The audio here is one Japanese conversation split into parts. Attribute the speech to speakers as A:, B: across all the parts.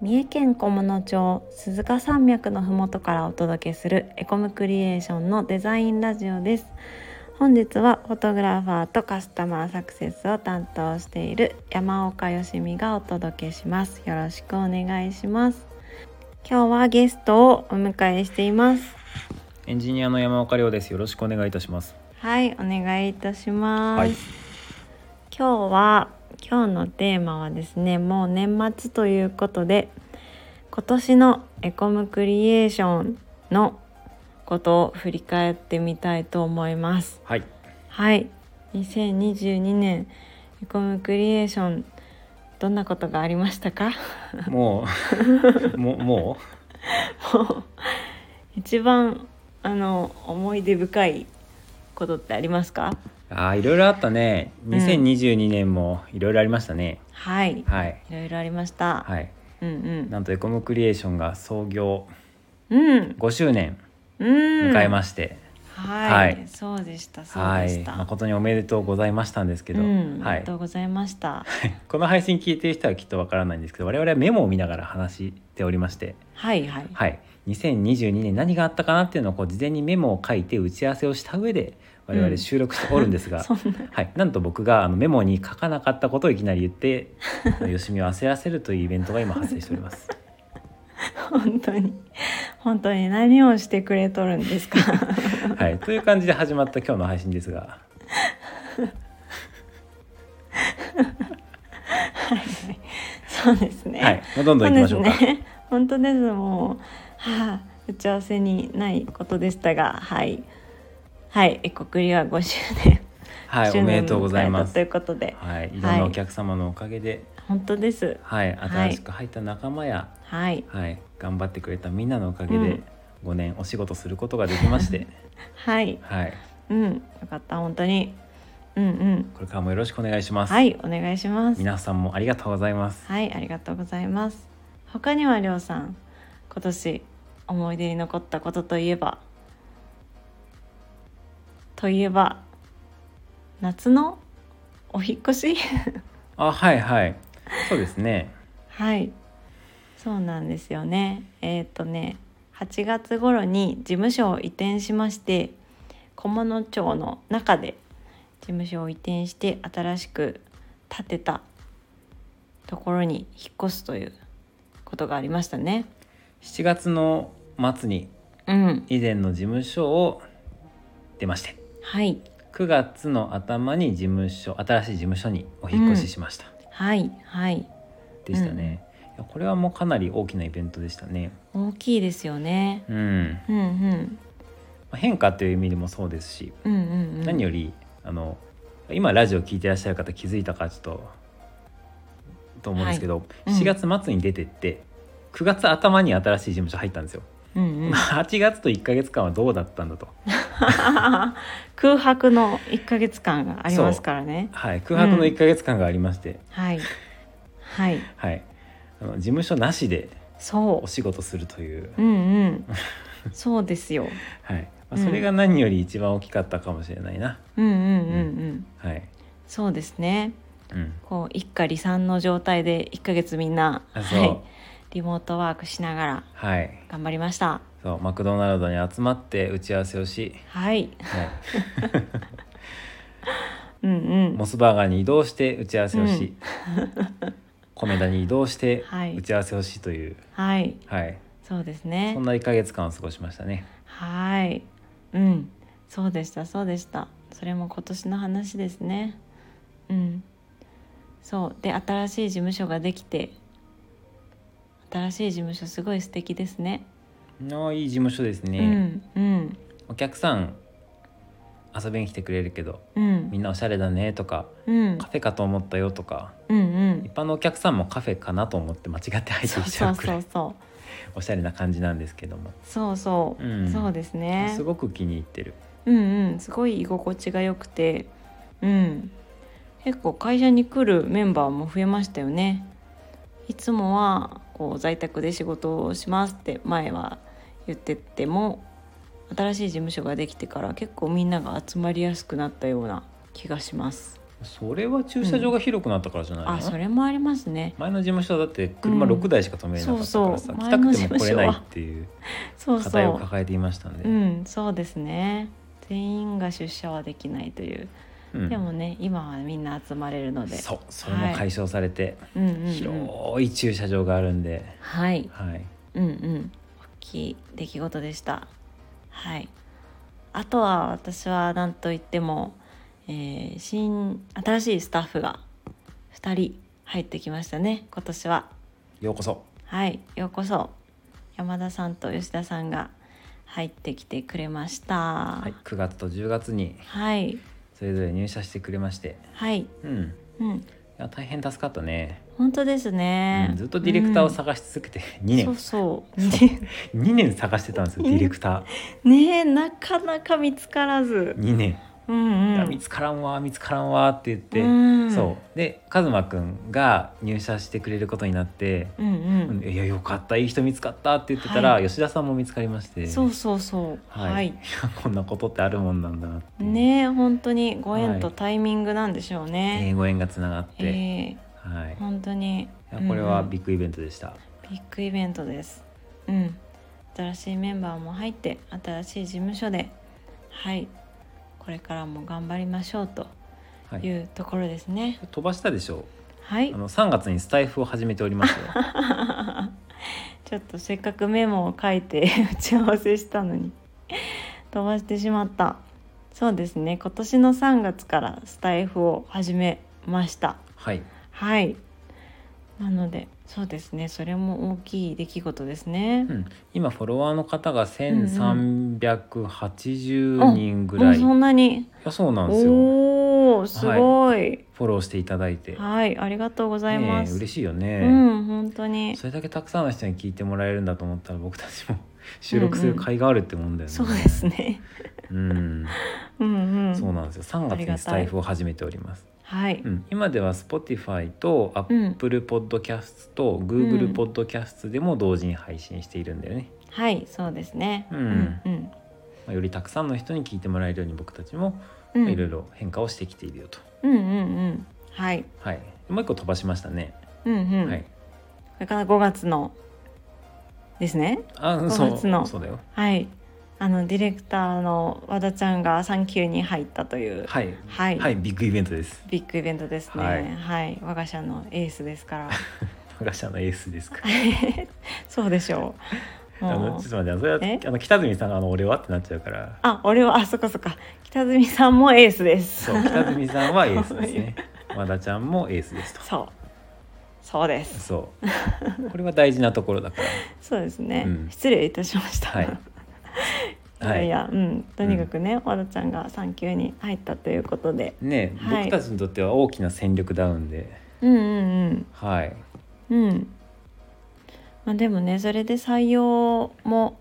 A: 三重県小物町鈴鹿山脈のふもとからお届けするエコムクリエーションのデザインラジオです本日はフォトグラファーとカスタマーサクセスを担当している山岡よしみがお届けしますよろしくお願いします今日はゲストをお迎えしています
B: エンジニアの山岡亮です。よろしくお願いいたします。
A: はいお願いいたします、
B: はい
A: 今日は今日のテーマはですねもう年末ということで今年のエコムクリエーションのことを振り返ってみたいと思います
B: はい。
A: はい2022年エコムクリエーションどんなことがありましたか
B: もう、もう、も
A: 一番あの思い出深いことってありますか
B: う。ああ、いろいろあったね。2022年もいろいろありましたね。
A: はい
B: はい。
A: いろいろありました、
B: はい。
A: うんうん
B: なんとエコムクリエーションが創業
A: うん、
B: 5周年
A: うん、
B: 迎えまして、
A: はい、
B: はい
A: そうでした、そう
B: は
A: で
B: い
A: し、た。
B: 誠におめでとうございましたんですけど、
A: うん、あ
B: は
A: りが
B: い
A: と。うございました。
B: この配信聞いてる人はきっとわからないんですけど、我々はメモを見ながら話しておりまして、
A: はい、はい、
B: はい、2022年何があったかなっていうのをこう事前にメモを書いて打ち合わせをした上で我
A: う
B: 々
A: ん
B: 収録しておるんです が、
A: そんな、
B: はい、なんと僕があのメモに書かなかったことをいきなり言って あのよしみを焦らせるというイベントが今発生しております。
A: 本当に、本当に何をしてくれとるんです か。
B: はい、という感じで始まった今日の配信ですが、
A: そうですね。
B: はい、まあどんどん行きましょうか。
A: そうですね。本当です、もう、はあ、打ち合わせにないことでしたが、はい。はい、エコクリは5周年。
B: はい、
A: 周
B: おめ
A: 年
B: でとうございま
A: 迎えたとい
B: す。
A: うことで、
B: はい、いろんなお客様のおかげで、
A: 本当です。
B: はい、
A: い
B: 新しく入った仲間や、
A: はい、
B: はい、頑張ってくれたみんなのおかげ
A: う
B: で
A: ん
B: 5年お仕事することができ まして、
A: はい、
B: はい、
A: うん、よかった、本当に。うん、うん。
B: これからもよろしくお願いします。
A: はい、お願いします。
B: 皆さんもありがとうございます。
A: はい、ありがとうございます。他にはりょうさん、今年思い出に残ったことといえば、といえば夏のお引っ越し
B: あ、はいはい、そうですね。
A: はい、そうなんですよね。えーっ、とね、8月頃に事務所を移転しまして、菰野町の中で事務所を移転して新しく建てたところに引っ越すということがありましたね。
B: 7月の末に
A: うん、
B: 以前の事務所を出まして
A: はい、
B: 9月の頭に事務所新しい事務所にお引っ越ししました、
A: はい、はい、
B: でしたね、いやこれはもうかなり大きなイベントでしたね
A: 大きいですよね。
B: うん、
A: うん、うん、
B: まあ変化という意味でもそうですし、
A: うん、うん、うん。
B: 何
A: よ
B: よりあの今ラジオ聞いてらっしゃる方気づいたかちょっとと思うんですけど、
A: うん
B: 7月末に出てって9月頭に新しい事務所入ったんですよ、
A: うん、うん
B: ま。あ8月と1か月間はどうだったんだと
A: 空白の一ヶ月間がありますからね。
B: はい空白の1か月間がありまして、
A: はい、はい、
B: はい、あの事務所なしで
A: そう
B: お。仕事するという、
A: うん うん。そうですよ。
B: はいまあ
A: うん
B: それが何より一番大きかったかもしれないな、
A: うんうんうんうん。
B: はい、
A: そうですね。
B: うん、
A: こう一家離散の状態で一ヶ月みんな、
B: あそう
A: はい、リモートワークしながら
B: はい
A: 頑張りました。
B: そうマクドナルドに集まって打ち合わせをし、
A: はい。
B: はい、
A: うんうん
B: モ。スバーガーに移動して打ち合わせをし、米田に移動して
A: はい
B: 打ち合わせをしという、
A: はい。
B: はい、
A: そうですね
B: そん。な1か月間を過ごしましたね。
A: はい。うん。そうでした。そうでした。それも今年の話ですね。うん。そうで新しい事務所ができて。新しい事務所すごい素敵ですね。
B: のいい事務所ですね、
A: うんうん
B: お客さん遊びに来てくれるけど
A: うん
B: みんなおしゃれだねとか
A: うん
B: カフェかと思ったよとか
A: うんうん
B: 一般のお客さんもカフェかなと思って間違って入って
A: そう
B: きちゃ
A: そう
B: うくら
A: そ
B: いう
A: そう
B: おしゃれな感じなんですけども、
A: そうそう、
B: うん
A: そうですね
B: すごく気に入ってる
A: うんうんすごい居心地が良くてうん結構会社に来るメンバーも増えましたよねいつもはこう在宅で仕事をしますって前は言ってても新しい事務所ができてから結構みんなが集まりやすくなったような気がします
B: それは駐車場が広くなったからじゃないの、
A: あそれもありますね
B: 前の事務所はだって車
A: うん
B: 6台しか止めれなかったからさ、
A: そうそう
B: 来たくて
A: 前の
B: も
A: 事
B: 来
A: 務
B: れ
A: 所は
B: ないっていう
A: そう
B: 課題を
A: そ
B: 抱えていましたんで
A: ううんそうですね全員が出社はできないという、
B: うん
A: でもね今はみんな集まれるので
B: そうそれも解消されて、
A: う、うんうんうん、
B: 広い駐車場があるんで、
A: はい
B: はい、
A: うんうん大きい出来事でしたはいあとは私は何といっても、えー新新しいスタッフが2人入ってきましたね今年は
B: ようこそ
A: はいようこそ山田さんと吉田さんが入ってきてくれましたは
B: はい、9月と10月に
A: はい
B: それぞれ入社してくれまして、
A: はい
B: うん、い
A: うん
B: や大変助かったね、
A: 本当ですね、
B: うんずっとディレクターを
A: さ
B: 探し続けて2年、
A: そうそう
B: 2年探してたんですよディレクタ
A: ねえなかなか見つからず
B: ー2年、
A: うん
B: いうや
A: ん
B: 見つからんわ見つからんわって言って、
A: うん
B: そうでカズマくんが入社してくれることになって
A: うんう
B: 「
A: ん
B: いやよかったいい人見つかった」って言ってたら、
A: は
B: 吉田さんも見つかりまして
A: そうそうそう
B: はい
A: はい
B: い、やこんなことってあるもんなんだなっていう
A: ねえ本当にご
B: は
A: 縁
B: い
A: とタイミングなんでしょう
B: え
A: ね、
B: ーご縁がつながっ
A: え
B: て、
A: え
B: はい、い
A: 本当に
B: やこれは
A: ビ
B: ビ
A: ッ,、
B: ッグイベントでした、
A: ビッグイベントですうん新しいメンバーも入って新しい事務所ではいこれからも頑張りましょうと
B: はい
A: い、うところですね
B: 飛ばしたでしょ
A: はい
B: あの3月にスタイフを始めておりますよ
A: ちょっとせっかくメモを書いて 打ち合わせしたのに飛ばしてしまったそうですね今年の3月からスタイフを始めました
B: はい
A: はいなのでそうですねそれも大きい出来事ですね
B: う、ん、今フォロワーの方が
A: ん
B: 1380人ぐらい、
A: もうそ
B: い
A: んなに
B: やそうなんですよ
A: おおーすごい
B: フォローしていただいて、
A: はい、ありがとうございま
B: ねえ、
A: す、
B: 嬉しいよね、
A: うん本当に
B: それだけたくさんの人に聞いてもらえるんだと思ったら僕たち も収録する甲斐があるってもんだよね、
A: そうですね
B: うん、
A: うんうん
B: そうなんですよ3月にスタイフを始めております
A: はい、
B: うん、今では Spotify と
A: うん
B: Apple Podcast と
A: うん
B: Google Podcast でも同時に配信しているんだよね、
A: はいそうですね
B: うん
A: うん
B: まあ、よりたくさんの人に聞いてもらえるように僕たちも
A: うんうん
B: いろいろ変化をしてきているよと、
A: うんうんうんはい
B: はいもう一個飛ばしましたね、
A: うんうん、
B: はい
A: これから5月のですね
B: あ
A: 五
B: そう
A: 月の
B: そうだよ
A: はいあのディレクターの和田ちゃんが産休に入ったという
B: はい
A: はい、
B: はいビッグイベントです
A: ビッグイベントですねは、
B: はいい
A: 我が社のエースです から
B: 我が社のエースですか
A: そうでしょう
B: あの
A: も
B: ちょっ
A: う
B: と待ってそれは
A: え
B: あの北住さんがあの俺はってなっちゃうから
A: あ俺はあそこそっか北住さんもエースです
B: そう北住さんはエースですね和田ちゃんもエースですと
A: そうそうです
B: そうこれは大事なところだから
A: そうですね、
B: うん
A: 失礼いたしました、
B: はい
A: いやいや、うん、とにかくね、和田ちゃんが産休に入ったということで。
B: ね、
A: はい
B: 僕たちにとっては大きな戦力ダウンで、
A: うんうん
B: はい、
A: うん。うん。まあ、でもね、それで採用も。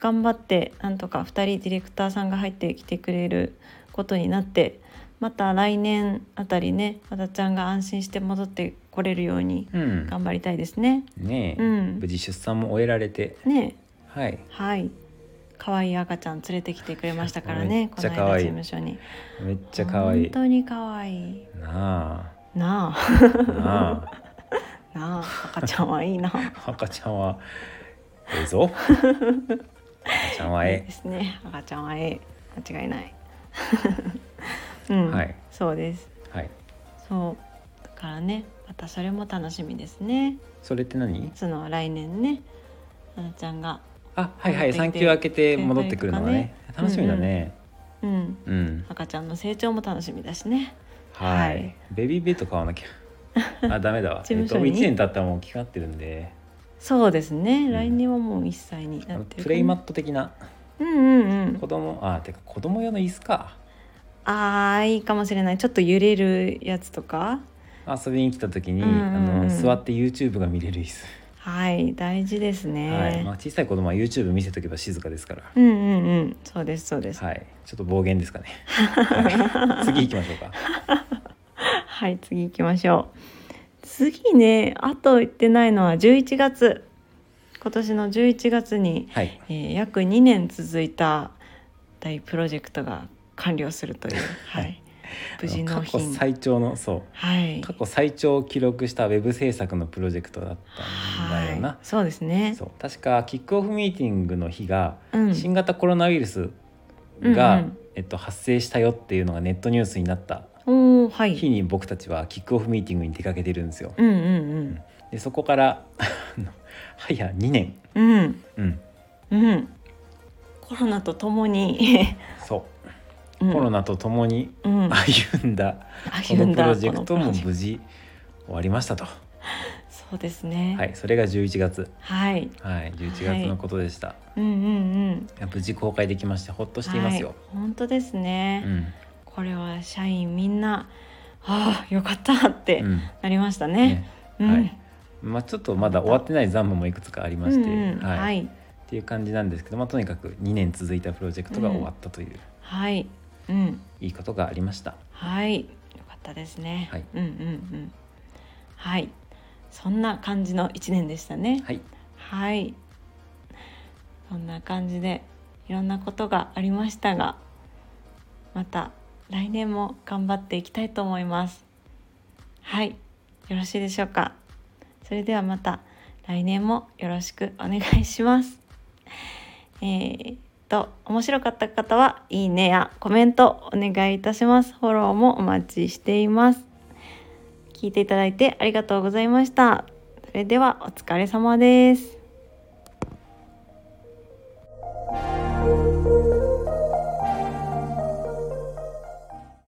A: 頑張って、なんとか二人ディレクターさんが入ってきてくれることになって。また来年あたりね、和田ちゃんが安心して戻ってこれるように。
B: うん、
A: 頑張りたいですね。
B: ねえ、
A: うん
B: 無事出産も終えられて、
A: ね、
B: はい、
A: はい。可愛い赤ちゃん連れてきてくれましたから
B: め
A: ね
B: っ、
A: こ
B: ち
A: の
B: ゃ
A: 間
B: 可愛
A: 事
B: い
A: 務所に。
B: めっちゃ可愛
A: 本
B: い。
A: 当に可愛い。
B: な
A: な あ
B: あ、な
A: なあ赤ちゃんはいいな。
B: あ、赤ちゃんは、ええぞ。赤ちゃんはい
A: い
B: え
A: ですね。赤ちゃんはええ間違いない。 うん、
B: はい
A: そうです。
B: え、はい、
A: そうだからね、またそれも楽しみですね。
B: それって何。
A: その来年ね、あのちゃんが、
B: あ、はい
A: 戻っ
B: は
A: てき
B: い、
A: て
B: 産休明けて戻ってくるのがね、楽しみだね。
A: うん、
B: うん、
A: 赤ちゃんの成長も楽しみだしね。
B: はい、
A: はい
B: ベビーベッド買わ
A: 。
B: なきゃ。あ、ダメだわ
A: 事
B: え
A: 務
B: っ
A: 所
B: と、
A: に
B: 一年経ったらもう決まってるんで、
A: そうですね。
B: ん
A: 来年はもう一歳に
B: あ
A: なっ
B: の
A: てる。
B: プレイマット的な。
A: うんうんうん
B: 子。供あてか子供用の椅子か
A: ああいいかもしれない。ちょっと揺れるやつとか。
B: 遊びに来た時に、
A: うんうんうん
B: あの座って YouTube が見れる椅子、
A: はい、大事です
B: はい
A: ね。
B: まあ、小さい子供は YouTube 見せとけば静かですから、
A: うんうんうん。そうですそうです。
B: はいちょっと暴言ですかね、 はい次行きましょうか
A: はい、次行きましょう。次ね、あと言ってないのは11月。今年の11月に、
B: はい
A: えー約2年続いた大プロジェクトが完了するという。はい。 無事
B: あ
A: 納
B: 過去
A: 品
B: 最長のそう
A: はい
B: 過去最長を記録したウェブ制作のプロジェクトだったんだよな、
A: はい、そうですね
B: そう確かキックオフミーティングの日が
A: うん
B: 新型コロナウイルス
A: う
B: が、
A: んうん
B: えっと、発生したよっていうのがネットニュースになった
A: おーはい
B: 日に僕たちはキックオフミーティングに出かけてるんですよ。
A: うんうん
B: でそこからあの早2年、
A: うんうん
B: うん、
A: うんコロナとともに、
B: そう うコロ
A: ナ、
B: ナとともに
A: うん、
B: 歩んだこ
A: 歩
B: の
A: ん
B: プロ
A: だ
B: ジェクト
A: この
B: も
A: プロジェク
B: 無事終わりましたと。
A: トそうですね
B: はい、それが11月、
A: はい、
B: はい、11月のことでした。
A: うんうんうん
B: いや無事公開できましてほっとしています
A: は
B: よ。
A: 本当ですね、
B: うん、
A: これは社員みんなああよかったって
B: うん、
A: なりましたね。
B: ね、
A: うん
B: はいまあちょっとまだ終わってない残務もいくつかありまして、
A: うんうん
B: はい、
A: は
B: っ
A: い、
B: ていう感じなんですけど、まあとにかく2年続いたプロジェクトが終わったという、
A: はい、うん、
B: いいことがありました。
A: はい、よかったですね。
B: はい
A: うんうんうん、はい、そんな感じの一年でしたね。
B: はい、
A: はい、そんな感じでいろんなことがありましたが、また来年も頑張っていきたいと思います。はい、よろしいでしょうか。それではまた来年もよろしくお願いします。えーっと面白かった方はいいねやコメントお願いいたします。フォローもお待ちしています。聞いていただいてありがとうございました。それではお疲れ様です。